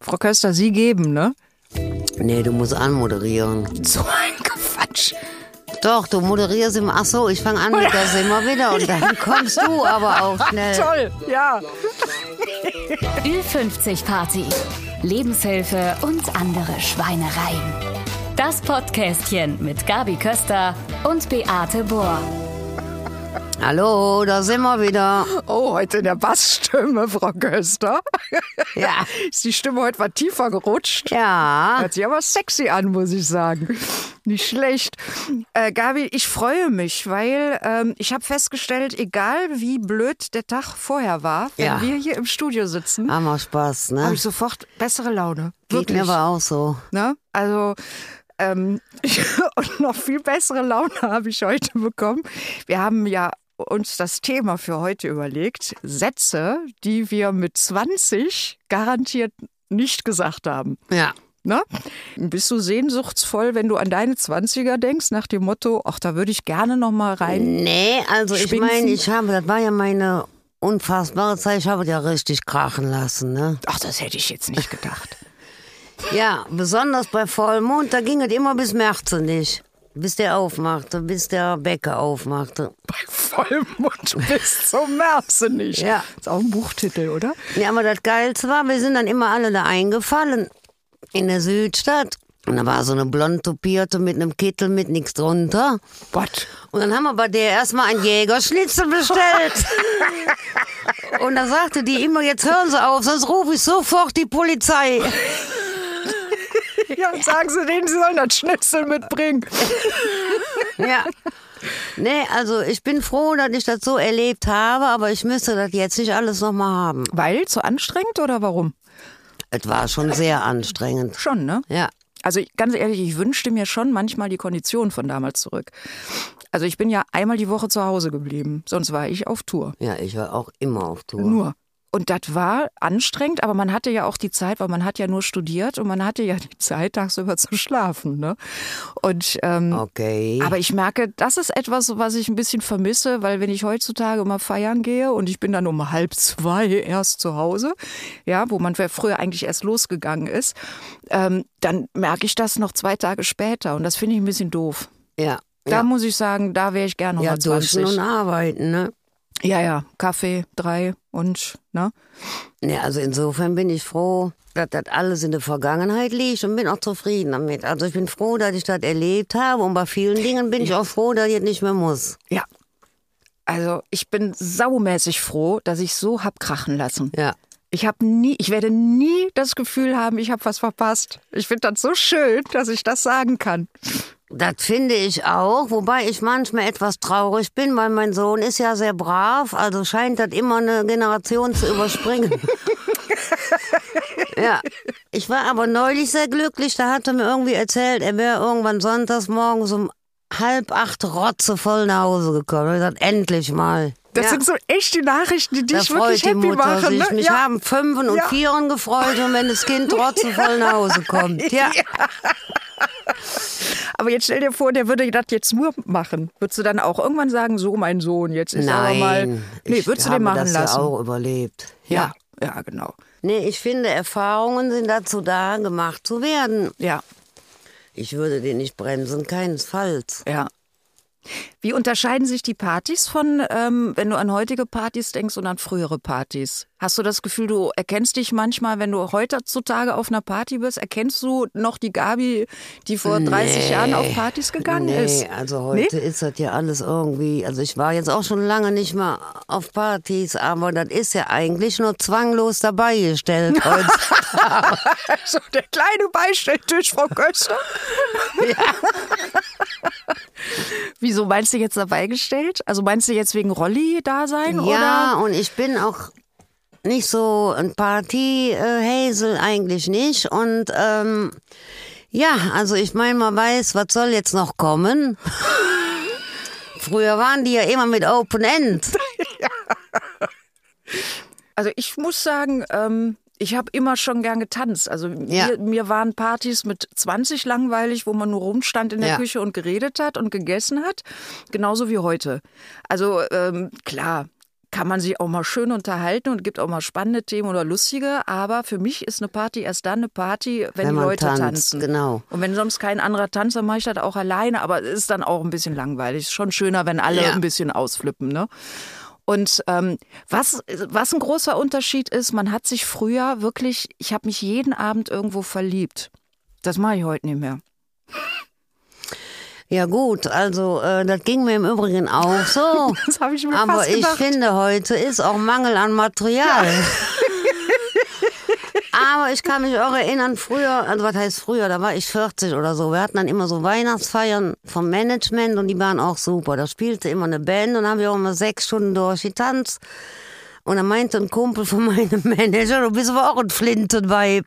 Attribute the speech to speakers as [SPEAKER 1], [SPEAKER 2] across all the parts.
[SPEAKER 1] Frau Köster, Sie geben, ne?
[SPEAKER 2] Nee, du musst anmoderieren.
[SPEAKER 1] So ein Quatsch.
[SPEAKER 2] Doch, du moderierst im. Ach so, ich fange an mit das immer wieder und dann kommst du aber auch schnell.
[SPEAKER 1] Toll, ja.
[SPEAKER 3] Ü50 Party. Lebenshilfe und andere Schweinereien. Das Podcastchen mit Gabi Köster und Beate Bohr.
[SPEAKER 2] Hallo, da sind wir wieder.
[SPEAKER 1] Oh, heute in der Bassstimme, Frau Köster.
[SPEAKER 2] Ja.
[SPEAKER 1] Ist die Stimme heute mal tiefer gerutscht?
[SPEAKER 2] Ja.
[SPEAKER 1] Hört sich aber sexy an, muss ich sagen. Nicht schlecht. Äh, Gabi, ich freue mich, weil ähm, ich habe festgestellt, egal wie blöd der Tag vorher war, wenn
[SPEAKER 2] Ja.
[SPEAKER 1] wir hier im Studio sitzen,
[SPEAKER 2] Haben wir Spaß, ne?
[SPEAKER 1] habe ich sofort bessere Laune.
[SPEAKER 2] Geht mir
[SPEAKER 1] Wirklich.
[SPEAKER 2] aber auch so.
[SPEAKER 1] Ne? Also, ähm, und noch viel bessere Laune habe ich heute bekommen. Wir haben ja uns das Thema für heute überlegt. Sätze, die wir mit 20 garantiert nicht gesagt haben.
[SPEAKER 2] Ja.
[SPEAKER 1] Ne? Bist du sehnsuchtsvoll, wenn du an deine 20er denkst, nach dem Motto, ach, da würde ich gerne noch mal rein?
[SPEAKER 2] Nee, also ich
[SPEAKER 1] Spinzen.
[SPEAKER 2] meine, ich habe, das war ja meine unfassbare Zeit, ich habe das ja richtig krachen lassen, ne?
[SPEAKER 1] Ach, das hätte ich jetzt nicht gedacht.
[SPEAKER 2] Ja, besonders bei Vollmond, da ging es immer bis März nicht. Bis der aufmachte, bis der Bäcker aufmachte.
[SPEAKER 1] Bei Vollmond bis zum März nicht.
[SPEAKER 2] Ja.
[SPEAKER 1] Ist auch ein Buchtitel, oder?
[SPEAKER 2] Ja, aber das Geilste war, wir sind dann immer alle da eingefallen. In der Südstadt. Und da war so eine blond tupierte mit einem Kittel mit nichts drunter.
[SPEAKER 1] What?
[SPEAKER 2] Und dann haben wir bei der erstmal einen Jägerschnitzel bestellt. Und da sagte die immer, jetzt hören Sie auf, sonst rufe ich sofort die Polizei.
[SPEAKER 1] Ja, und sagen sie denen, sie sollen das Schnitzel mitbringen.
[SPEAKER 2] Ja. Nee, also ich bin froh, dass ich das so erlebt habe, aber ich müsste das jetzt nicht alles nochmal haben.
[SPEAKER 1] Weil zu anstrengend oder warum?
[SPEAKER 2] Es war schon sehr anstrengend.
[SPEAKER 1] Schon, ne?
[SPEAKER 2] Ja.
[SPEAKER 1] Also ganz ehrlich, ich wünschte mir schon manchmal die Kondition von damals zurück. Also ich bin ja einmal die Woche zu Hause geblieben, sonst war ich auf Tour.
[SPEAKER 2] Ja, ich war auch immer auf Tour.
[SPEAKER 1] Nur. Und das war anstrengend, aber man hatte ja auch die Zeit, weil man hat ja nur studiert und man hatte ja die Zeit, tagsüber zu schlafen. Ne? Und ähm,
[SPEAKER 2] Okay.
[SPEAKER 1] Aber ich merke, das ist etwas, was ich ein bisschen vermisse, weil wenn ich heutzutage immer feiern gehe und ich bin dann um halb zwei erst zu Hause, ja, wo man früher eigentlich erst losgegangen ist, ähm, dann merke ich das noch zwei Tage später und das finde ich ein bisschen doof.
[SPEAKER 2] ja.
[SPEAKER 1] Da
[SPEAKER 2] ja.
[SPEAKER 1] muss ich sagen, da wäre ich gerne noch
[SPEAKER 2] Ja,
[SPEAKER 1] mal
[SPEAKER 2] duschen
[SPEAKER 1] 20.
[SPEAKER 2] und arbeiten, ne?
[SPEAKER 1] Ja, ja, Kaffee, drei und, ne?
[SPEAKER 2] Ja, also insofern bin ich froh, dass das alles in der Vergangenheit liegt und bin auch zufrieden damit. Also ich bin froh, dass ich das erlebt habe und bei vielen Dingen bin ich auch froh, dass ich das nicht mehr muss.
[SPEAKER 1] Ja. Also ich bin saumäßig froh, dass ich so hab krachen lassen.
[SPEAKER 2] Ja.
[SPEAKER 1] Ich habe nie, ich werde nie das Gefühl haben, ich habe was verpasst. Ich finde das so schön, dass ich das sagen kann.
[SPEAKER 2] Das finde ich auch, wobei ich manchmal etwas traurig bin, weil mein Sohn ist ja sehr brav, also scheint das immer eine Generation zu überspringen. ja. Ich war aber neulich sehr glücklich, da hat er mir irgendwie erzählt, er wäre irgendwann sonntags morgens um halb acht Rotze voll nach Hause gekommen. Und ich sagte, endlich mal.
[SPEAKER 1] Das
[SPEAKER 2] ja.
[SPEAKER 1] sind so echt die Nachrichten, die
[SPEAKER 2] da
[SPEAKER 1] dich
[SPEAKER 2] freut
[SPEAKER 1] wirklich
[SPEAKER 2] die
[SPEAKER 1] happy
[SPEAKER 2] Mutter
[SPEAKER 1] machen.
[SPEAKER 2] sich.
[SPEAKER 1] ne?
[SPEAKER 2] Mich
[SPEAKER 1] ja.
[SPEAKER 2] haben Fünfen und
[SPEAKER 1] Ja.
[SPEAKER 2] Vieren gefreut, und wenn das Kind trotzdem voll nach Hause kommt. Ja.
[SPEAKER 1] Aber jetzt stell dir vor, der würde das jetzt nur machen. Würdest du dann auch irgendwann sagen, so mein Sohn, jetzt ist aber mal.
[SPEAKER 2] Nein,
[SPEAKER 1] Nee,
[SPEAKER 2] ich
[SPEAKER 1] würdest du
[SPEAKER 2] habe
[SPEAKER 1] den machen
[SPEAKER 2] das
[SPEAKER 1] lassen?
[SPEAKER 2] ja auch überlebt.
[SPEAKER 1] ja. ja, genau.
[SPEAKER 2] Nee, ich finde, Erfahrungen sind dazu da, gemacht zu werden.
[SPEAKER 1] Ja,
[SPEAKER 2] Ich würde den nicht bremsen, keinesfalls.
[SPEAKER 1] ja. Wie unterscheiden sich die Partys von, ähm, wenn du an heutige Partys denkst und an frühere Partys? Hast du das Gefühl, du erkennst dich manchmal, wenn du heutzutage auf einer Party bist, erkennst du noch die Gabi, die vor 30 Jahren auf Partys gegangen
[SPEAKER 2] nee,
[SPEAKER 1] ist?
[SPEAKER 2] also heute ist das ja alles irgendwie. Also ich war jetzt auch schon lange nicht mehr auf Partys, aber das ist ja eigentlich nur zwanglos dabei gestellt. heute.
[SPEAKER 1] Also der kleine Beistelltisch, Frau Köster. Wieso meinst du jetzt dabei gestellt? Also meinst du jetzt wegen Rolli da sein?
[SPEAKER 2] ja, und ich bin auch nicht so ein Party-Hazel eigentlich nicht. Und ähm, ja, also ich meine, man weiß, was soll jetzt noch kommen. Früher waren die ja immer mit Open End.
[SPEAKER 1] Also ich muss sagen, ähm, ich habe immer schon gern getanzt. Also
[SPEAKER 2] Ja.
[SPEAKER 1] mir, mir waren Partys mit 20 langweilig, wo man nur rumstand in der
[SPEAKER 2] Ja.
[SPEAKER 1] Küche und geredet hat und gegessen hat. Genauso wie heute. Also ähm, klar. kann man sich auch mal schön unterhalten und gibt auch mal spannende Themen oder lustige. Aber für mich ist eine Party erst dann eine Party, wenn,
[SPEAKER 2] Wenn
[SPEAKER 1] die
[SPEAKER 2] man
[SPEAKER 1] Leute
[SPEAKER 2] tanzt,
[SPEAKER 1] tanzen.
[SPEAKER 2] genau.
[SPEAKER 1] Und wenn sonst kein anderer tanzt, dann mache ich das auch alleine. Aber es ist dann auch ein bisschen langweilig. Ist schon schöner, wenn alle
[SPEAKER 2] Ja.
[SPEAKER 1] ein bisschen ausflippen. Ne? Und ähm, was, was ein großer Unterschied ist, man hat sich früher wirklich, ich habe mich jeden Abend irgendwo verliebt. Das mache ich heute nicht mehr.
[SPEAKER 2] Ja gut, also äh, das ging mir im Übrigen auch so.
[SPEAKER 1] Das habe ich mir
[SPEAKER 2] Aber
[SPEAKER 1] fast
[SPEAKER 2] ich
[SPEAKER 1] gedacht.
[SPEAKER 2] finde, heute ist auch Mangel an Material. Aber ich kann mich auch erinnern, früher, also was heißt früher, da war ich 40 oder so. Wir hatten dann immer so Weihnachtsfeiern vom Management und die waren auch super. Da spielte immer eine Band und haben wir auch immer sechs Stunden durchgetanzt. Und dann meinte ein Kumpel von meinem Manager, du bist aber auch ein Flintenweib.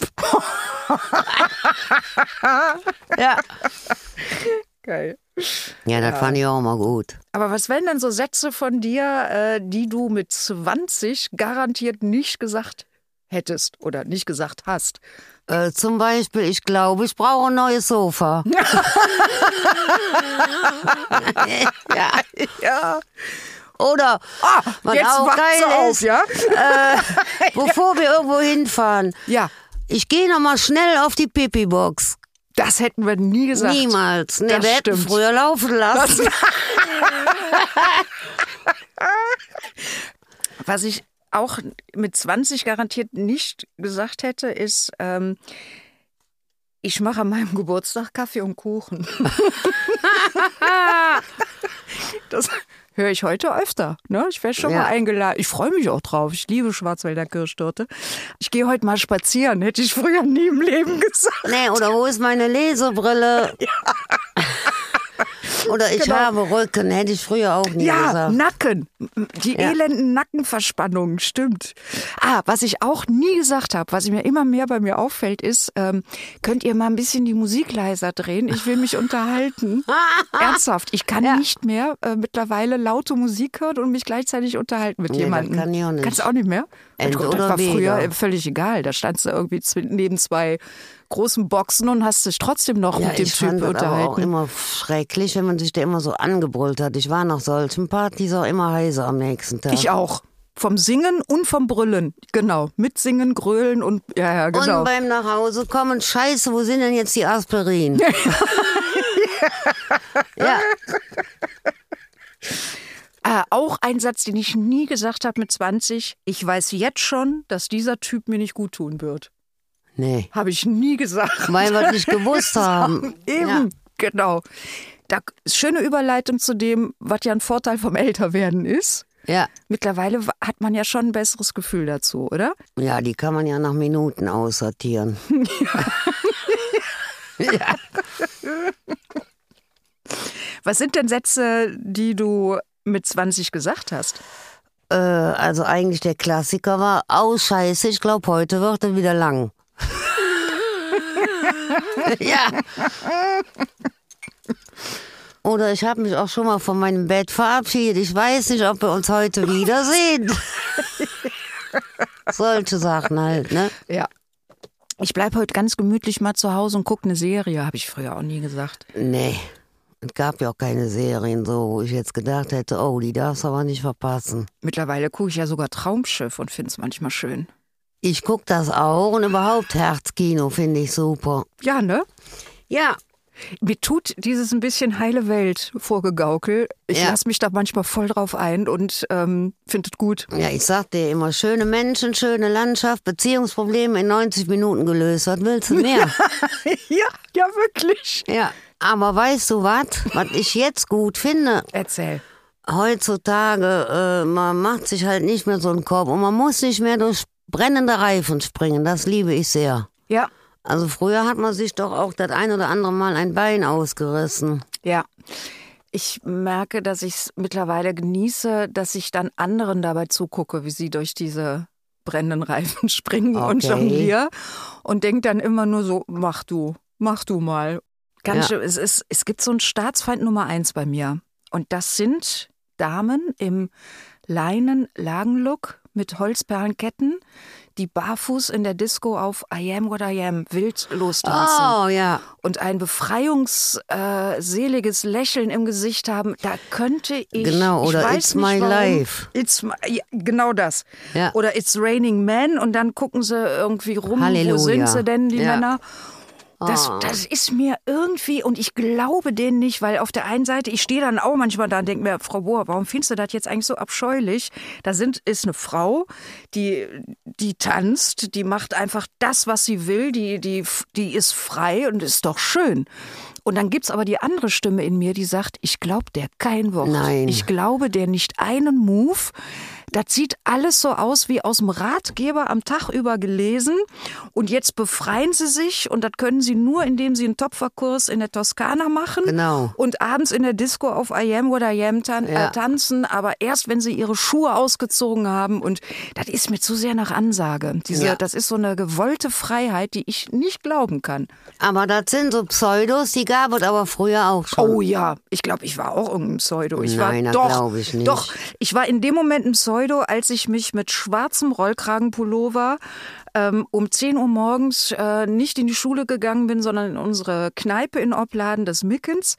[SPEAKER 2] ja.
[SPEAKER 1] Geil.
[SPEAKER 2] ja, das fand ich auch immer gut.
[SPEAKER 1] Aber was wären denn so Sätze von dir, äh, die du mit 20 garantiert nicht gesagt hättest oder nicht gesagt hast?
[SPEAKER 2] Äh, zum Beispiel, ich glaube, ich brauche ein neues Sofa. ja.
[SPEAKER 1] Ja.
[SPEAKER 2] Oder
[SPEAKER 1] Ah,
[SPEAKER 2] was
[SPEAKER 1] jetzt
[SPEAKER 2] auch
[SPEAKER 1] wacht
[SPEAKER 2] geil
[SPEAKER 1] sie auf,
[SPEAKER 2] ist,
[SPEAKER 1] ja?
[SPEAKER 2] äh, bevor wir irgendwo hinfahren,
[SPEAKER 1] Ja,
[SPEAKER 2] ich gehe noch mal schnell auf die Pipi-Box.
[SPEAKER 1] das hätten wir nie gesagt.
[SPEAKER 2] Niemals. Ne,
[SPEAKER 1] Das
[SPEAKER 2] wir hätten
[SPEAKER 1] stimmt.
[SPEAKER 2] früher laufen lassen.
[SPEAKER 1] Was ich auch mit 20 garantiert nicht gesagt hätte, ist, ähm, ich mache an meinem Geburtstag Kaffee und Kuchen. das höre ich heute öfter. Ne? Ich werde schon
[SPEAKER 2] Ja.
[SPEAKER 1] mal eingeladen. Ich freue mich auch drauf. Ich liebe Schwarzwälder Kirschtorte. Ich gehe heute mal spazieren. Hätte ich früher nie im Leben gesagt.
[SPEAKER 2] Nee, Ne, oder wo ist meine Lesebrille? oder ich habe Rücken, hätte ich früher auch nie
[SPEAKER 1] Genau. Ja,
[SPEAKER 2] gesagt.
[SPEAKER 1] Nacken. Die
[SPEAKER 2] Ja.
[SPEAKER 1] elenden Nackenverspannungen, stimmt. Ah, was ich auch nie gesagt habe, was mir immer mehr bei mir auffällt, ist, ähm, könnt ihr mal ein bisschen die Musik leiser drehen? Ich will mich unterhalten. Ernsthaft, ich kann nicht mehr äh, mittlerweile laute Musik hören und mich gleichzeitig unterhalten mit
[SPEAKER 2] Nee, das
[SPEAKER 1] jemandem.
[SPEAKER 2] kann ich auch nicht.
[SPEAKER 1] Kannst du auch nicht mehr?
[SPEAKER 2] End
[SPEAKER 1] das
[SPEAKER 2] oder
[SPEAKER 1] war früher
[SPEAKER 2] weder.
[SPEAKER 1] äh, völlig egal. Da standst du irgendwie zw- neben zwei großen Boxen und hast dich trotzdem noch
[SPEAKER 2] Ja,
[SPEAKER 1] mit dem
[SPEAKER 2] ich
[SPEAKER 1] Typ
[SPEAKER 2] fand das aber auch
[SPEAKER 1] unterhalten.
[SPEAKER 2] immer schrecklich, wenn man sich da immer so angebrüllt hat. Ich war nach solchen Partys auch immer heiser am nächsten Tag.
[SPEAKER 1] Ich auch. Vom Singen und vom Brüllen. Genau. Mit Singen, Grölen und. Ja, ja, genau.
[SPEAKER 2] Und beim Nachhause kommen, scheiße, wo sind denn jetzt die Aspirin? ja,
[SPEAKER 1] Äh, auch ein Satz, den ich nie gesagt habe mit 20. Ich weiß jetzt schon, dass dieser Typ mir nicht gut tun wird.
[SPEAKER 2] nee,
[SPEAKER 1] Habe ich nie gesagt.
[SPEAKER 2] weil wir es nicht gewusst haben.
[SPEAKER 1] Eben,
[SPEAKER 2] Ja.
[SPEAKER 1] genau. Da, schöne Überleitung zu dem, was ja ein Vorteil vom Älterwerden ist.
[SPEAKER 2] Ja.
[SPEAKER 1] Mittlerweile wa- hat man ja schon ein besseres Gefühl dazu, oder?
[SPEAKER 2] ja, die kann man ja nach Minuten aussortieren.
[SPEAKER 1] Was sind denn Sätze, die du mit 20 gesagt hast?
[SPEAKER 2] Äh, also eigentlich der Klassiker war, oh scheiße, ich glaube, heute wird er wieder lang. ja. Oder ich habe mich auch schon mal von meinem Bett verabschiedet. Ich weiß nicht, ob wir uns heute wiedersehen. Solche Sachen halt, ne?
[SPEAKER 1] Ja. Ich bleibe heute ganz gemütlich mal zu Hause und gucke eine Serie, habe ich früher auch nie gesagt.
[SPEAKER 2] Nee. Es gab ja auch keine Serien so, wo ich jetzt gedacht hätte, oh, die darfst du aber nicht verpassen.
[SPEAKER 1] Mittlerweile gucke ich ja sogar Traumschiff und finde es manchmal schön.
[SPEAKER 2] Ich guck das auch und überhaupt Herzkino finde ich super.
[SPEAKER 1] Ja, ne?
[SPEAKER 2] Ja,
[SPEAKER 1] Mir tut dieses ein bisschen heile Welt vorgegaukel. Ich
[SPEAKER 2] Ja.
[SPEAKER 1] lasse mich da manchmal voll drauf ein und ähm, finde es gut.
[SPEAKER 2] Ja, ich sag dir immer, schöne Menschen, schöne Landschaft, Beziehungsprobleme in 90 Minuten gelöst. Was willst du mehr?
[SPEAKER 1] ja, ja, wirklich.
[SPEAKER 2] ja. Aber weißt du was? Was ich jetzt gut finde,
[SPEAKER 1] Erzähl.
[SPEAKER 2] heutzutage, äh, man macht sich halt nicht mehr so einen Korb und man muss nicht mehr durch brennende Reifen springen. Das liebe ich sehr.
[SPEAKER 1] Ja,
[SPEAKER 2] Also früher hat man sich doch auch das ein oder andere Mal ein Bein ausgerissen.
[SPEAKER 1] ja. Ich merke, dass ich es mittlerweile genieße, dass ich dann anderen dabei zugucke, wie sie durch diese brennenden Reifen springen und
[SPEAKER 2] Okay.
[SPEAKER 1] jonglieren und denke dann immer nur so, mach du, mach du mal. Ganz
[SPEAKER 2] Ja.
[SPEAKER 1] schön, es, ist, es gibt so einen Staatsfeind Nummer eins bei mir. Und das sind Damen im Leinen-Lagenlook mit Holzperlenketten, die barfuß in der Disco auf I Am What I Am wild lostanzen.
[SPEAKER 2] Oh, ja.
[SPEAKER 1] Und ein befreiungsseliges Lächeln im Gesicht haben, da könnte ich.
[SPEAKER 2] Genau,
[SPEAKER 1] ich
[SPEAKER 2] oder
[SPEAKER 1] weiß
[SPEAKER 2] It's
[SPEAKER 1] nicht
[SPEAKER 2] My
[SPEAKER 1] warum,
[SPEAKER 2] Life.
[SPEAKER 1] It's my, ja, genau das.
[SPEAKER 2] Ja.
[SPEAKER 1] Oder It's Raining Men und dann gucken sie irgendwie rum, wo
[SPEAKER 2] Halleluja.
[SPEAKER 1] sind sie denn, die
[SPEAKER 2] Ja. Ah.
[SPEAKER 1] Männer? Das, das ist mir irgendwie, und ich glaube denen nicht, weil auf der einen Seite, ich stehe dann auch manchmal da und denke mir, Frau Bohr, warum findest du das jetzt eigentlich so abscheulich? Da sind, ist eine Frau, die, die tanzt, die macht einfach das, was sie will, die, die, die ist frei und ist doch schön. Und dann gibt's aber die andere Stimme in mir, die sagt, ich glaube der kein Wort.
[SPEAKER 2] Nein.
[SPEAKER 1] Ich glaube der nicht einen Move. Das sieht alles so aus wie aus dem Ratgeber am Tag über gelesen. Und jetzt befreien sie sich und das können sie nur, indem sie einen Topferkurs in der Toskana machen.
[SPEAKER 2] Genau.
[SPEAKER 1] Und abends in der Disco auf I Am What I Am tan
[SPEAKER 2] Ja.
[SPEAKER 1] äh, tanzen, aber erst, wenn sie ihre Schuhe ausgezogen haben. Und das ist mir zu sehr nach Ansage. Diese,
[SPEAKER 2] Ja.
[SPEAKER 1] Das ist so eine gewollte Freiheit, die ich nicht glauben kann.
[SPEAKER 2] Aber das sind so Pseudos, die gab es aber früher auch schon.
[SPEAKER 1] Oh ja, ich glaube, ich war auch irgendein Pseudo. Ich
[SPEAKER 2] Nein,
[SPEAKER 1] war
[SPEAKER 2] das
[SPEAKER 1] doch,
[SPEAKER 2] glaub ich nicht.
[SPEAKER 1] doch. Ich war in dem Moment ein Pseudo, als ich mich mit schwarzem Rollkragenpullover ähm, um 10 Uhr morgens äh, nicht in die Schule gegangen bin, sondern in unsere Kneipe in Opladen des Mickens,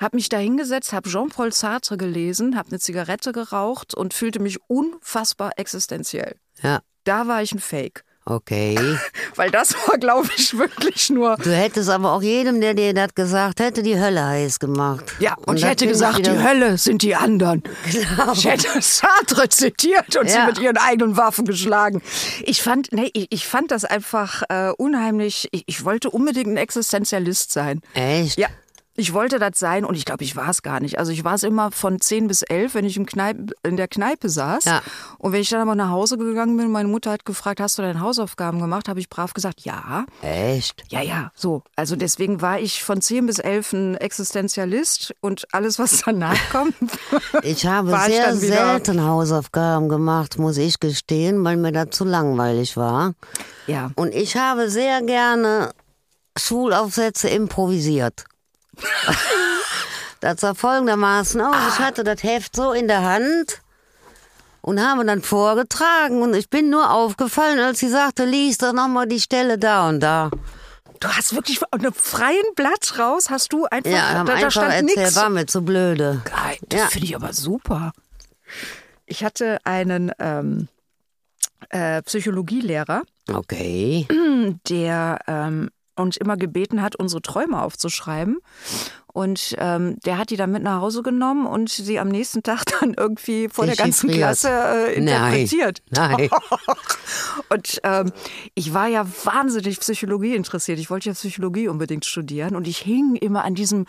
[SPEAKER 1] habe mich da hingesetzt, habe Jean-Paul Sartre gelesen, habe eine Zigarette geraucht und fühlte mich unfassbar existenziell.
[SPEAKER 2] Ja,
[SPEAKER 1] Da war ich ein Fake.
[SPEAKER 2] okay.
[SPEAKER 1] Weil das war, glaube ich, wirklich nur
[SPEAKER 2] Du hättest aber auch jedem, der dir das gesagt hätte, die Hölle heiß gemacht.
[SPEAKER 1] Ja, und, ich
[SPEAKER 2] das
[SPEAKER 1] hätte
[SPEAKER 2] finde
[SPEAKER 1] gesagt,
[SPEAKER 2] wieder- Genau.
[SPEAKER 1] die Hölle sind die anderen. Ich hätte Sartre zitiert und sie
[SPEAKER 2] Ja.
[SPEAKER 1] mit ihren eigenen Waffen geschlagen. Ich fand, nee, ich, ich fand das einfach äh, unheimlich. Ich, ich wollte unbedingt ein Existenzialist sein.
[SPEAKER 2] Echt?
[SPEAKER 1] Ja. Ich wollte das sein und ich glaube, ich war es gar nicht. Also ich war es immer von 10 bis 11, wenn ich im Kneip, in der Kneipe saß.
[SPEAKER 2] Ja.
[SPEAKER 1] Und wenn ich dann aber nach Hause gegangen bin, meine Mutter hat gefragt, hast du deine Hausaufgaben gemacht? Habe ich brav gesagt, ja.
[SPEAKER 2] Echt?
[SPEAKER 1] Ja, ja, so. Also deswegen war ich von 10 bis 11 ein Existenzialist und alles, was danach kommt.
[SPEAKER 2] Ich habe
[SPEAKER 1] war ich
[SPEAKER 2] sehr
[SPEAKER 1] dann wieder-
[SPEAKER 2] selten Hausaufgaben gemacht, muss ich gestehen, weil mir das zu langweilig war.
[SPEAKER 1] Ja.
[SPEAKER 2] Und ich habe sehr gerne Schulaufsätze improvisiert. das sah folgendermaßen aus. Ich
[SPEAKER 1] Ah.
[SPEAKER 2] hatte das Heft so in der Hand und habe dann vorgetragen. Und ich bin nur aufgefallen, als sie sagte, lies doch nochmal die Stelle da und da.
[SPEAKER 1] Du hast wirklich auf einem freien Blatt raus, hast du einfach,
[SPEAKER 2] Ja, haben
[SPEAKER 1] da, da
[SPEAKER 2] einfach
[SPEAKER 1] stand
[SPEAKER 2] erzählt,
[SPEAKER 1] nichts.
[SPEAKER 2] war mir zu blöde.
[SPEAKER 1] Geil, das
[SPEAKER 2] Ja.
[SPEAKER 1] finde ich aber super. Ich hatte einen ähm, äh, Psychologielehrer,
[SPEAKER 2] Okay.
[SPEAKER 1] der ähm, uns immer gebeten hat, unsere Träume aufzuschreiben. Und ähm, der hat die dann mit nach Hause genommen und sie am nächsten Tag dann irgendwie vor der ganzen
[SPEAKER 2] Dechiffriert.
[SPEAKER 1] Klasse äh, interpretiert.
[SPEAKER 2] Nein.
[SPEAKER 1] Und ähm, ich war ja wahnsinnig Psychologie interessiert. Ich wollte ja Psychologie unbedingt studieren und ich hing immer an diesem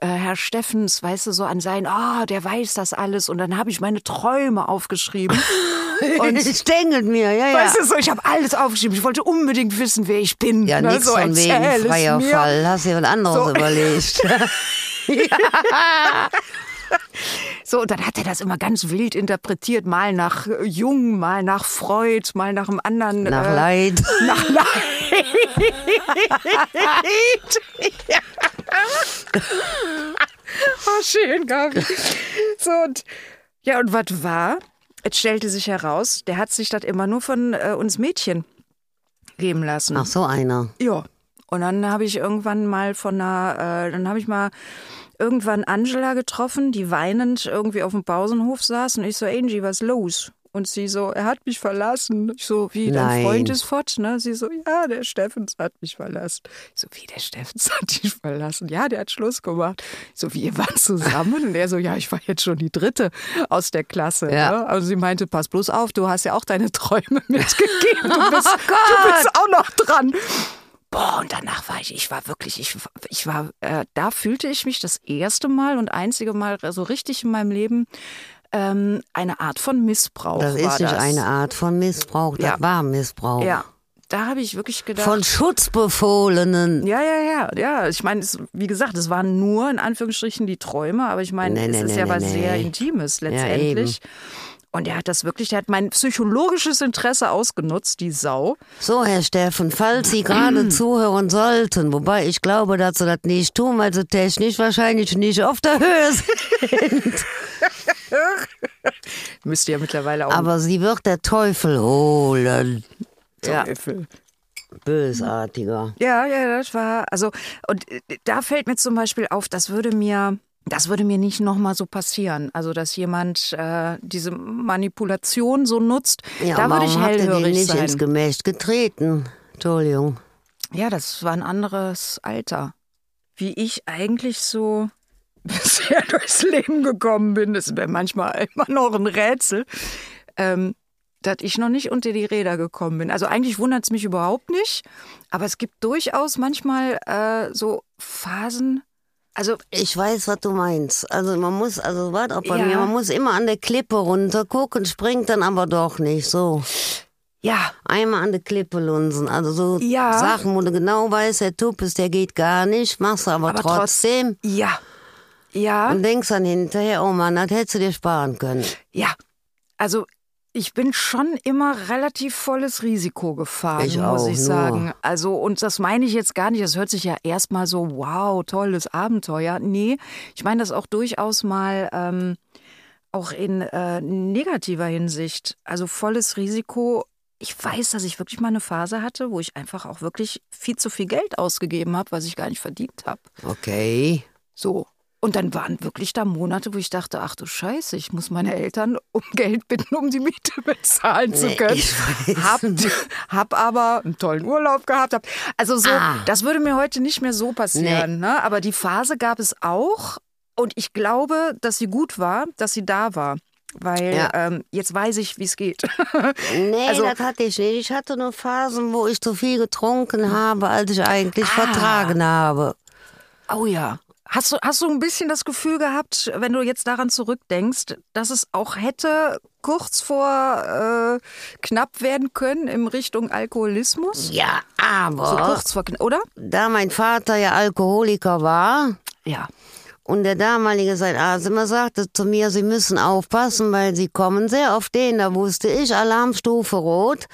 [SPEAKER 1] äh, Herr Steffens, weißt du, so an sein, ah, der weiß das alles. Und dann habe ich meine Träume aufgeschrieben.
[SPEAKER 2] Und stängelt mir, ja, ja.
[SPEAKER 1] Weißt du so, ich habe alles aufgeschrieben. Ich wollte unbedingt wissen, wer ich bin.
[SPEAKER 2] ja,
[SPEAKER 1] ne?
[SPEAKER 2] nichts
[SPEAKER 1] so,
[SPEAKER 2] von
[SPEAKER 1] erzähl
[SPEAKER 2] wegen
[SPEAKER 1] es
[SPEAKER 2] freier
[SPEAKER 1] mir.
[SPEAKER 2] Fall. Hast dir was anderes
[SPEAKER 1] So.
[SPEAKER 2] überlegt.
[SPEAKER 1] So, und dann hat er das immer ganz wild interpretiert, mal nach äh, Jung, mal nach Freud, mal nach einem anderen.
[SPEAKER 2] Nach
[SPEAKER 1] äh,
[SPEAKER 2] Leid.
[SPEAKER 1] Nach Leid. ja. Oh, schön, Gabi. So, und, ja, und was war? Es stellte sich heraus, der hat sich das immer nur von äh, uns Mädchen geben lassen.
[SPEAKER 2] Ach, so einer.
[SPEAKER 1] Ja. Und dann habe ich irgendwann mal von einer, äh, dann habe ich mal irgendwann Angela getroffen, die weinend irgendwie auf dem Pausenhof saß und ich so, Angie, was los? Und sie so, er hat mich verlassen. Ich so, wie, dein
[SPEAKER 2] Nein.
[SPEAKER 1] Freund ist fort, ne? Sie so, ja, der Steffens hat mich verlassen. Ich so, wie, der Steffens hat dich verlassen? Ja, der hat Schluss gemacht. Ich so, wie, ihr wart zusammen? Und er so, ja, ich war jetzt schon die Dritte aus der Klasse.
[SPEAKER 2] Ja.
[SPEAKER 1] Ne? Also sie meinte, pass bloß auf, du hast ja auch deine Träume mitgegeben. Du bist,
[SPEAKER 2] Oh Gott.
[SPEAKER 1] du bist auch noch dran. Boah, und danach war ich, ich war wirklich, ich, ich war, äh, da fühlte ich mich das erste Mal und einzige Mal so richtig in meinem Leben ähm, eine Art von Missbrauch.
[SPEAKER 2] Das
[SPEAKER 1] war
[SPEAKER 2] ist nicht
[SPEAKER 1] das.
[SPEAKER 2] eine Art von Missbrauch. Das
[SPEAKER 1] Ja.
[SPEAKER 2] war Missbrauch.
[SPEAKER 1] Ja, da habe ich wirklich gedacht.
[SPEAKER 2] Von Schutzbefohlenen.
[SPEAKER 1] ja, ja, ja, ja. Ich meine, es- wie gesagt, es waren nur in Anführungsstrichen die Träume, aber ich meine,
[SPEAKER 2] Nee,
[SPEAKER 1] es
[SPEAKER 2] nee,
[SPEAKER 1] ist
[SPEAKER 2] nee,
[SPEAKER 1] ja
[SPEAKER 2] nee,
[SPEAKER 1] was
[SPEAKER 2] nee.
[SPEAKER 1] sehr Intimes letztendlich. und er hat das wirklich, der hat mein psychologisches Interesse ausgenutzt, die Sau.
[SPEAKER 2] So, Herr Steffen, falls Sie gerade zuhören sollten, wobei ich glaube, dass Sie das nicht tun, weil Sie technisch wahrscheinlich nicht auf der Höhe sind,
[SPEAKER 1] Müsste ja mittlerweile auch
[SPEAKER 2] aber Sie wird der Teufel holen.
[SPEAKER 1] Kartoffel.
[SPEAKER 2] Bösartiger.
[SPEAKER 1] Ja. ja, ja, das war. Also, und äh, da fällt mir zum Beispiel auf, das würde mir. Das würde mir nicht nochmal so passieren. Also, dass jemand äh, diese Manipulation so nutzt,
[SPEAKER 2] Ja,
[SPEAKER 1] da würde
[SPEAKER 2] warum
[SPEAKER 1] ich
[SPEAKER 2] habt ihr den
[SPEAKER 1] hellhörig
[SPEAKER 2] nicht
[SPEAKER 1] sein.
[SPEAKER 2] ins Gemächt getreten? Entschuldigung.
[SPEAKER 1] Ja, das war ein anderes Alter. Wie ich eigentlich so bisher durchs Leben gekommen bin, ist mir manchmal immer noch ein Rätsel, ähm, dass ich noch nicht unter die Räder gekommen bin. Also eigentlich wundert es mich überhaupt nicht, aber es gibt durchaus manchmal äh, so Phasen. Also
[SPEAKER 2] Ich weiß, was du meinst. Also man muss, also warte auch bei
[SPEAKER 1] Ja.
[SPEAKER 2] mir, man muss immer an der Klippe runter gucken, springt dann aber doch nicht. So.
[SPEAKER 1] ja,
[SPEAKER 2] Einmal an der Klippe lunsen. Also so
[SPEAKER 1] Ja.
[SPEAKER 2] Sachen, wo du genau weißt, der Typ ist, der geht gar nicht, machst du aber,
[SPEAKER 1] Aber trotz-
[SPEAKER 2] trotzdem.
[SPEAKER 1] ja, ja.
[SPEAKER 2] Und denkst dann hinterher, oh Mann, das hättest du dir sparen können.
[SPEAKER 1] Ja, also ich bin schon immer relativ volles Risiko gefahren,
[SPEAKER 2] Ich
[SPEAKER 1] muss
[SPEAKER 2] auch,
[SPEAKER 1] ich
[SPEAKER 2] nur.
[SPEAKER 1] sagen. Also, und das meine ich jetzt gar nicht. Das hört sich ja erstmal so, wow, tolles Abenteuer. Nee, ich meine das auch durchaus mal ähm, auch in äh, negativer Hinsicht. Also volles Risiko. Ich weiß, dass ich wirklich mal eine Phase hatte, wo ich einfach auch wirklich viel zu viel Geld ausgegeben habe, was ich gar nicht verdient habe.
[SPEAKER 2] Okay.
[SPEAKER 1] So. Und dann waren wirklich da Monate, wo ich dachte, ach du Scheiße, ich muss meine Eltern um Geld bitten, um die Miete bezahlen zu
[SPEAKER 2] Nee,
[SPEAKER 1] können.
[SPEAKER 2] ich weiß.
[SPEAKER 1] hab, hab aber einen tollen Urlaub gehabt. Hab, also so,
[SPEAKER 2] Ah.
[SPEAKER 1] das würde mir heute nicht mehr so passieren. Ne? Aber die Phase gab es auch. Und ich glaube, dass sie gut war, dass sie da war. Weil
[SPEAKER 2] Ja.
[SPEAKER 1] ähm, jetzt weiß ich, wie es geht.
[SPEAKER 2] Nee,
[SPEAKER 1] Also-
[SPEAKER 2] das hatte ich nicht. Ich hatte nur Phasen, wo ich zu viel getrunken habe, als ich eigentlich
[SPEAKER 1] Ah.
[SPEAKER 2] vertragen habe.
[SPEAKER 1] Oh ja. Hast du, hast du ein bisschen das Gefühl gehabt, wenn du jetzt daran zurückdenkst, dass es auch hätte kurz vor äh, knapp werden können in Richtung Alkoholismus?
[SPEAKER 2] Ja,
[SPEAKER 1] So
[SPEAKER 2] aber
[SPEAKER 1] kurz vor knapp, oder?
[SPEAKER 2] da mein Vater ja Alkoholiker war
[SPEAKER 1] Ja.
[SPEAKER 2] und der damalige sein Arzt immer sagte zu mir, sie müssen aufpassen, weil sie kommen sehr auf den, da wusste ich Alarmstufe rot.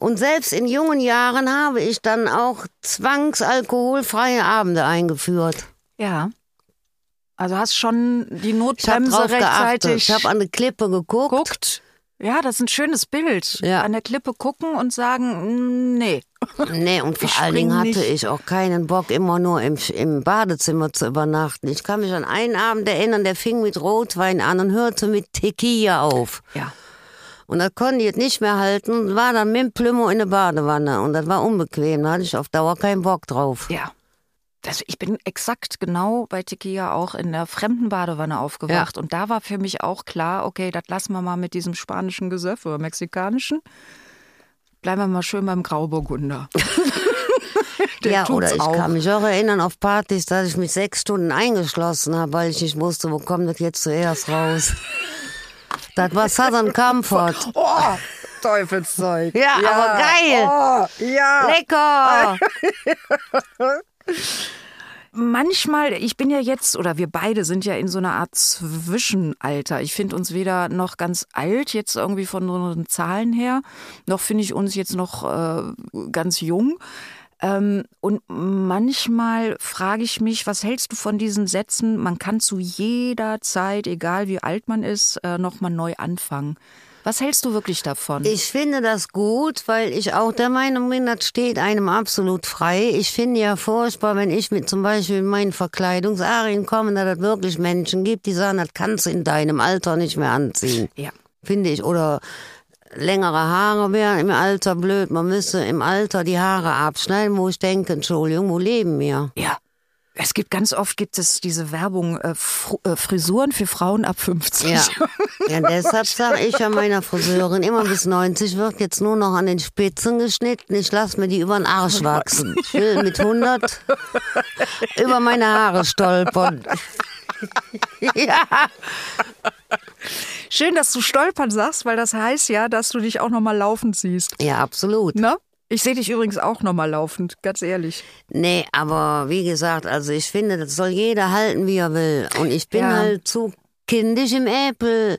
[SPEAKER 2] Und selbst in jungen Jahren habe ich dann auch zwangsalkoholfreie Abende eingeführt.
[SPEAKER 1] Ja. Also hast schon die
[SPEAKER 2] Ich habe
[SPEAKER 1] Notbremse
[SPEAKER 2] drauf geachtet.
[SPEAKER 1] rechtzeitig
[SPEAKER 2] Ich habe an die Klippe geguckt.
[SPEAKER 1] geguckt. Ja, das ist ein schönes Bild.
[SPEAKER 2] Ja.
[SPEAKER 1] An der Klippe gucken und sagen, mm, nee.
[SPEAKER 2] Nee, und vor
[SPEAKER 1] Ich
[SPEAKER 2] allen
[SPEAKER 1] spring
[SPEAKER 2] Dingen hatte
[SPEAKER 1] nicht.
[SPEAKER 2] ich auch keinen Bock, immer nur im, im Badezimmer zu übernachten. Ich kann mich an einen Abend erinnern, der fing mit Rotwein an und hörte mit Tequila auf.
[SPEAKER 1] Ja.
[SPEAKER 2] Und das konnte ich jetzt nicht mehr halten und war dann mit dem Plümmer in der Badewanne. Und das war unbequem, da hatte ich auf Dauer keinen Bock drauf.
[SPEAKER 1] Ja. Also ich bin exakt genau bei Tequila auch in der fremden Badewanne aufgewacht. Und da war für mich auch klar, okay, das lassen wir mal mit diesem spanischen Gesöff oder mexikanischen. Bleiben wir mal schön beim Grauburgunder. Der
[SPEAKER 2] ja,
[SPEAKER 1] tut's
[SPEAKER 2] oder ich
[SPEAKER 1] auch.
[SPEAKER 2] kann mich auch erinnern auf Partys, dass ich mich sechs Stunden eingeschlossen habe, weil ich nicht wusste, wo kommt das jetzt zuerst raus. das war Southern Comfort.
[SPEAKER 1] Oh, Teufelszeug.
[SPEAKER 2] Ja, aber geil.
[SPEAKER 1] Oh, ja.
[SPEAKER 2] Lecker!
[SPEAKER 1] manchmal, ich bin ja jetzt, oder wir beide sind ja in so einer Art Zwischenalter. Ich finde uns weder noch ganz alt, jetzt irgendwie von unseren Zahlen her, noch finde ich uns jetzt noch äh, ganz jung. Ähm, und manchmal frage ich mich, was hältst du von diesen Sätzen? Man kann zu jeder Zeit, egal wie alt man ist, äh, nochmal neu anfangen. Was hältst du wirklich davon?
[SPEAKER 2] Ich finde das gut, weil ich auch der Meinung bin, das steht einem absolut frei. Ich finde ja furchtbar, wenn ich mit zum Beispiel in meinen Verkleidungsarien komme, dass es wirklich Menschen gibt, die sagen, das kannst du in deinem Alter nicht mehr anziehen.
[SPEAKER 1] ja.
[SPEAKER 2] Finde ich. Oder längere Haare wären im Alter blöd. Man müsste im Alter die Haare abschneiden, wo ich denke, Entschuldigung, wo leben wir?
[SPEAKER 1] Ja. Es gibt ganz oft gibt es diese Werbung äh, Fr äh, Frisuren für Frauen ab 50.
[SPEAKER 2] Ja. ja, deshalb sage ich ja meiner Friseurin, immer bis 90 wird jetzt nur noch an den Spitzen geschnitten. Ich lasse mir die über den Arsch wachsen. Ich will mit 100 über meine Haare stolpern. Ja,
[SPEAKER 1] Schön, dass du stolpern sagst, weil das heißt ja, dass du dich auch noch mal laufend siehst.
[SPEAKER 2] ja absolut.
[SPEAKER 1] Ne? Ich sehe dich übrigens auch noch mal laufend, ganz ehrlich.
[SPEAKER 2] Nee, aber wie gesagt, also ich finde, das soll jeder halten, wie er will. Und ich bin
[SPEAKER 1] Ja.
[SPEAKER 2] halt zu kindisch im Äpfel,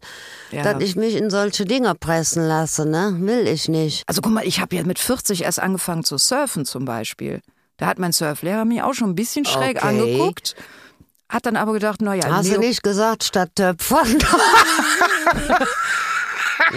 [SPEAKER 1] Ja.
[SPEAKER 2] dass ich mich in solche Dinger pressen lasse, ne? Will ich nicht.
[SPEAKER 1] Also guck mal, ich habe ja mit 40 erst angefangen zu surfen zum Beispiel. Da hat mein Surflehrer mich auch schon ein bisschen schräg
[SPEAKER 2] Okay. Ah,
[SPEAKER 1] angeguckt, hat dann aber gedacht, naja,
[SPEAKER 2] Hast du nicht gesagt, statt Töpfern?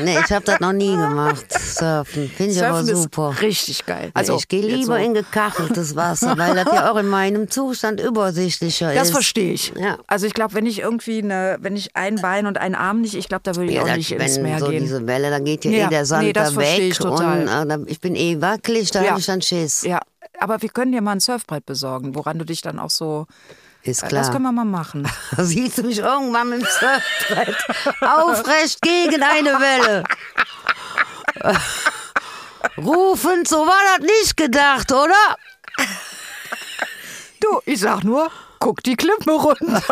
[SPEAKER 2] Nee, ich habe das noch nie gemacht. Surfen finde ich aber
[SPEAKER 1] Surfen ist
[SPEAKER 2] super.
[SPEAKER 1] richtig geil.
[SPEAKER 2] Also
[SPEAKER 1] Also
[SPEAKER 2] ich gehe
[SPEAKER 1] jetzt
[SPEAKER 2] lieber
[SPEAKER 1] so.
[SPEAKER 2] in gekacheltes Wasser, weil das ja auch in meinem Zustand übersichtlicher
[SPEAKER 1] Das
[SPEAKER 2] ist.
[SPEAKER 1] verstehe ich.
[SPEAKER 2] Ja.
[SPEAKER 1] Also ich glaube, wenn ich irgendwie eine, wenn ich ein Bein und einen Arm nicht, ich glaube, da würde ich
[SPEAKER 2] Ja,
[SPEAKER 1] auch
[SPEAKER 2] das,
[SPEAKER 1] nicht ins
[SPEAKER 2] wenn
[SPEAKER 1] Meer
[SPEAKER 2] so
[SPEAKER 1] gehen.
[SPEAKER 2] diese Welle, dann geht ja,
[SPEAKER 1] Ja,
[SPEAKER 2] eh der Sand
[SPEAKER 1] nee, das
[SPEAKER 2] da
[SPEAKER 1] verstehe
[SPEAKER 2] weg
[SPEAKER 1] ich total.
[SPEAKER 2] und äh, da- ich bin eh wackelig, da
[SPEAKER 1] Ja.
[SPEAKER 2] habe ich dann Schiss.
[SPEAKER 1] ja, aber wir können dir mal ein Surfbrett besorgen, woran du dich dann auch so.
[SPEAKER 2] Ist
[SPEAKER 1] Äh, Das können
[SPEAKER 2] klar.
[SPEAKER 1] wir mal machen.
[SPEAKER 2] Da siehst du mich irgendwann mit dem Surfbrett aufrecht gegen eine Welle. Rufen, so war das nicht gedacht, oder?
[SPEAKER 1] Du, ich sag nur, guck die Klippe runter.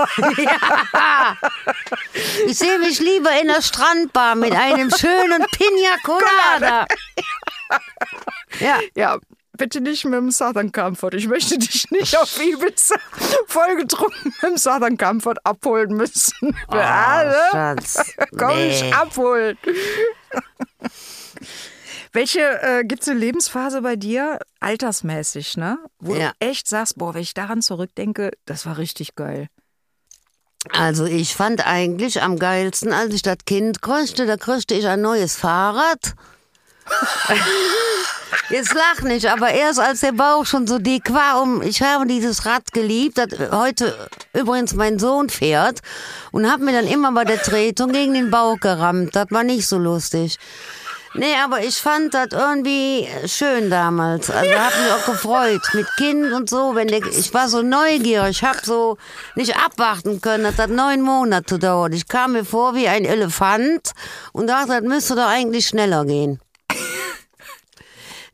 [SPEAKER 2] Ich sehe mich lieber in der Strandbar mit einem schönen Pina Colada. Ja,
[SPEAKER 1] ja. Bitte nicht mit dem Southern Comfort. Ich möchte dich nicht auf Ibiza vollgetrunken mit dem Southern Comfort abholen müssen.
[SPEAKER 2] oh, Schatz.
[SPEAKER 1] Komm
[SPEAKER 2] nee.
[SPEAKER 1] ich abholen. Welche äh, gibt es eine Lebensphase bei dir, altersmäßig, ne? Wo
[SPEAKER 2] Ja.
[SPEAKER 1] du echt sagst, boah, wenn ich daran zurückdenke, das war richtig geil.
[SPEAKER 2] Also ich fand eigentlich am geilsten, als ich das Kind kröschte, da kröschte ich ein neues Fahrrad. Jetzt lach nicht, aber erst als der Bauch schon so dick war, um, ich habe dieses Rad geliebt, das heute übrigens mein Sohn fährt und habe mir dann immer bei der Tretung gegen den Bauch gerammt. Das war nicht so lustig. Nee, aber ich fand das irgendwie schön damals. Also hab mich auch gefreut mit Kind und so. Wenn der, ich war so neugierig, ich hab so nicht abwarten können. Das hat neun Monate gedauert. Ich kam mir vor wie ein Elefant und dachte, das müsste doch eigentlich schneller gehen.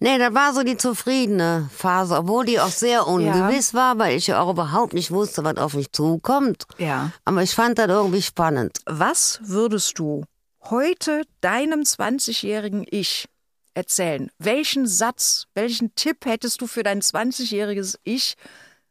[SPEAKER 2] Nee, das war so die zufriedene Phase, obwohl die auch sehr ungewiss war, weil ich ja auch überhaupt nicht wusste, was auf mich zukommt.
[SPEAKER 1] Ja.
[SPEAKER 2] Aber ich fand das irgendwie spannend.
[SPEAKER 1] Was würdest du heute deinem 20-jährigen Ich erzählen? Welchen Satz, welchen Tipp hättest du für dein 20-jähriges Ich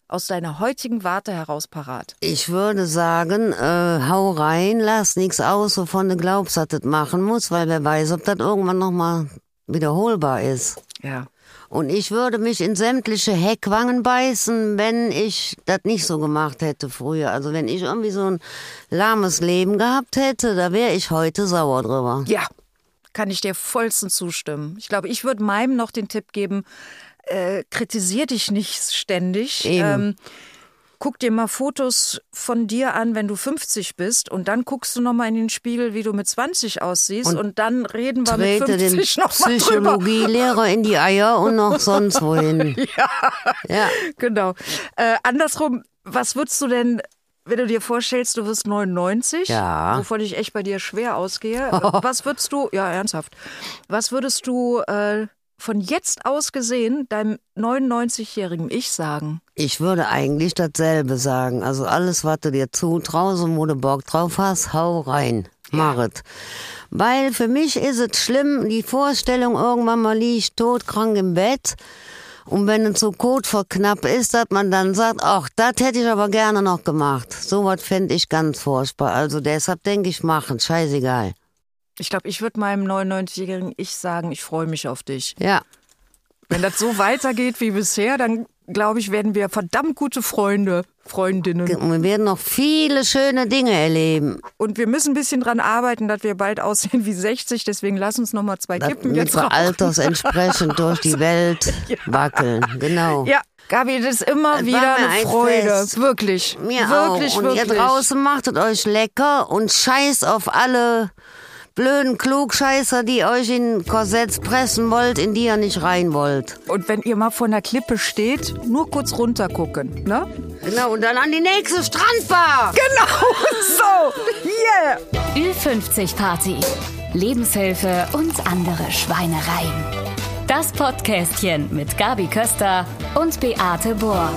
[SPEAKER 1] aus deiner heutigen Warte heraus parat?
[SPEAKER 2] Ich würde sagen, äh, hau rein, lass nichts aus, wovon du glaubst, dass du das machen musst, weil wer weiß, ob das irgendwann nochmal wiederholbar ist.
[SPEAKER 1] Ja.
[SPEAKER 2] Und ich würde mich in sämtliche Heckwangen beißen, wenn ich das nicht so gemacht hätte früher. Also wenn ich irgendwie so ein lahmes Leben gehabt hätte, da wäre ich heute sauer drüber.
[SPEAKER 1] Ja, kann ich dir vollstens zustimmen. Ich glaube, ich würde meinem noch den Tipp geben, äh, kritisier dich nicht ständig. Ähm, guck dir mal Fotos von dir an, wenn du 50 bist und dann guckst du noch mal in den Spiegel, wie du mit 20 aussiehst und, dann reden wir mit
[SPEAKER 2] Trete den
[SPEAKER 1] 50 noch mal drüber.
[SPEAKER 2] Psychologielehrer in die Eier und noch sonst wohin. ja.
[SPEAKER 1] Genau. Äh, andersrum, was würdest du denn, wenn du dir vorstellst, du wirst 99,
[SPEAKER 2] Ja.
[SPEAKER 1] wovon ich echt bei dir schwer ausgehe, was würdest du, ja ernsthaft, was würdest du äh, von jetzt aus gesehen deinem 99-jährigen Ich sagen?
[SPEAKER 2] Ich würde eigentlich dasselbe sagen. Also alles, was du dir zutraust und wo du Bock drauf hast, hau rein. Marit. Weil für mich ist es schlimm, die Vorstellung, irgendwann mal liege ich todkrank im Bett. Und wenn es so kot verknapp ist, dass man dann sagt, ach, das hätte ich aber gerne noch gemacht. So was fände ich ganz furchtbar. Also deshalb denke ich, machen, scheißegal.
[SPEAKER 1] Ich glaube, ich würde meinem 99-jährigen Ich sagen, ich freue mich auf dich.
[SPEAKER 2] Ja,
[SPEAKER 1] Wenn das so weitergeht wie bisher, dann glaube ich, werden wir verdammt gute Freunde, Freundinnen.
[SPEAKER 2] und wir werden noch viele schöne Dinge erleben.
[SPEAKER 1] Und wir müssen ein bisschen dran arbeiten, dass wir bald aussehen wie 60. Deswegen lass uns noch mal zwei
[SPEAKER 2] Dass
[SPEAKER 1] Kippen jetzt
[SPEAKER 2] unsere
[SPEAKER 1] rauchen.
[SPEAKER 2] Alters entsprechend durch die Welt wackeln. Genau.
[SPEAKER 1] Ja, Oh. Gabi, das ist immer
[SPEAKER 2] Das
[SPEAKER 1] wieder
[SPEAKER 2] Äh, war mir
[SPEAKER 1] eine
[SPEAKER 2] ein
[SPEAKER 1] Freude.
[SPEAKER 2] Fest.
[SPEAKER 1] Wirklich.
[SPEAKER 2] Mir
[SPEAKER 1] wirklich,
[SPEAKER 2] auch. Und
[SPEAKER 1] wirklich.
[SPEAKER 2] ihr draußen machtet euch lecker und scheißt auf alle blöden Klugscheißer, die euch in Korsetts pressen wollt, in die ihr nicht rein wollt.
[SPEAKER 1] Und wenn ihr mal vor einer Klippe steht, nur kurz runtergucken. Ne?
[SPEAKER 2] Genau, und dann an die nächste Strandbar.
[SPEAKER 1] Genau so. Yeah.
[SPEAKER 3] Ü50-Party. Lebenshilfe und andere Schweinereien. Das Podcastchen mit Gabi Köster und Beate Bohr.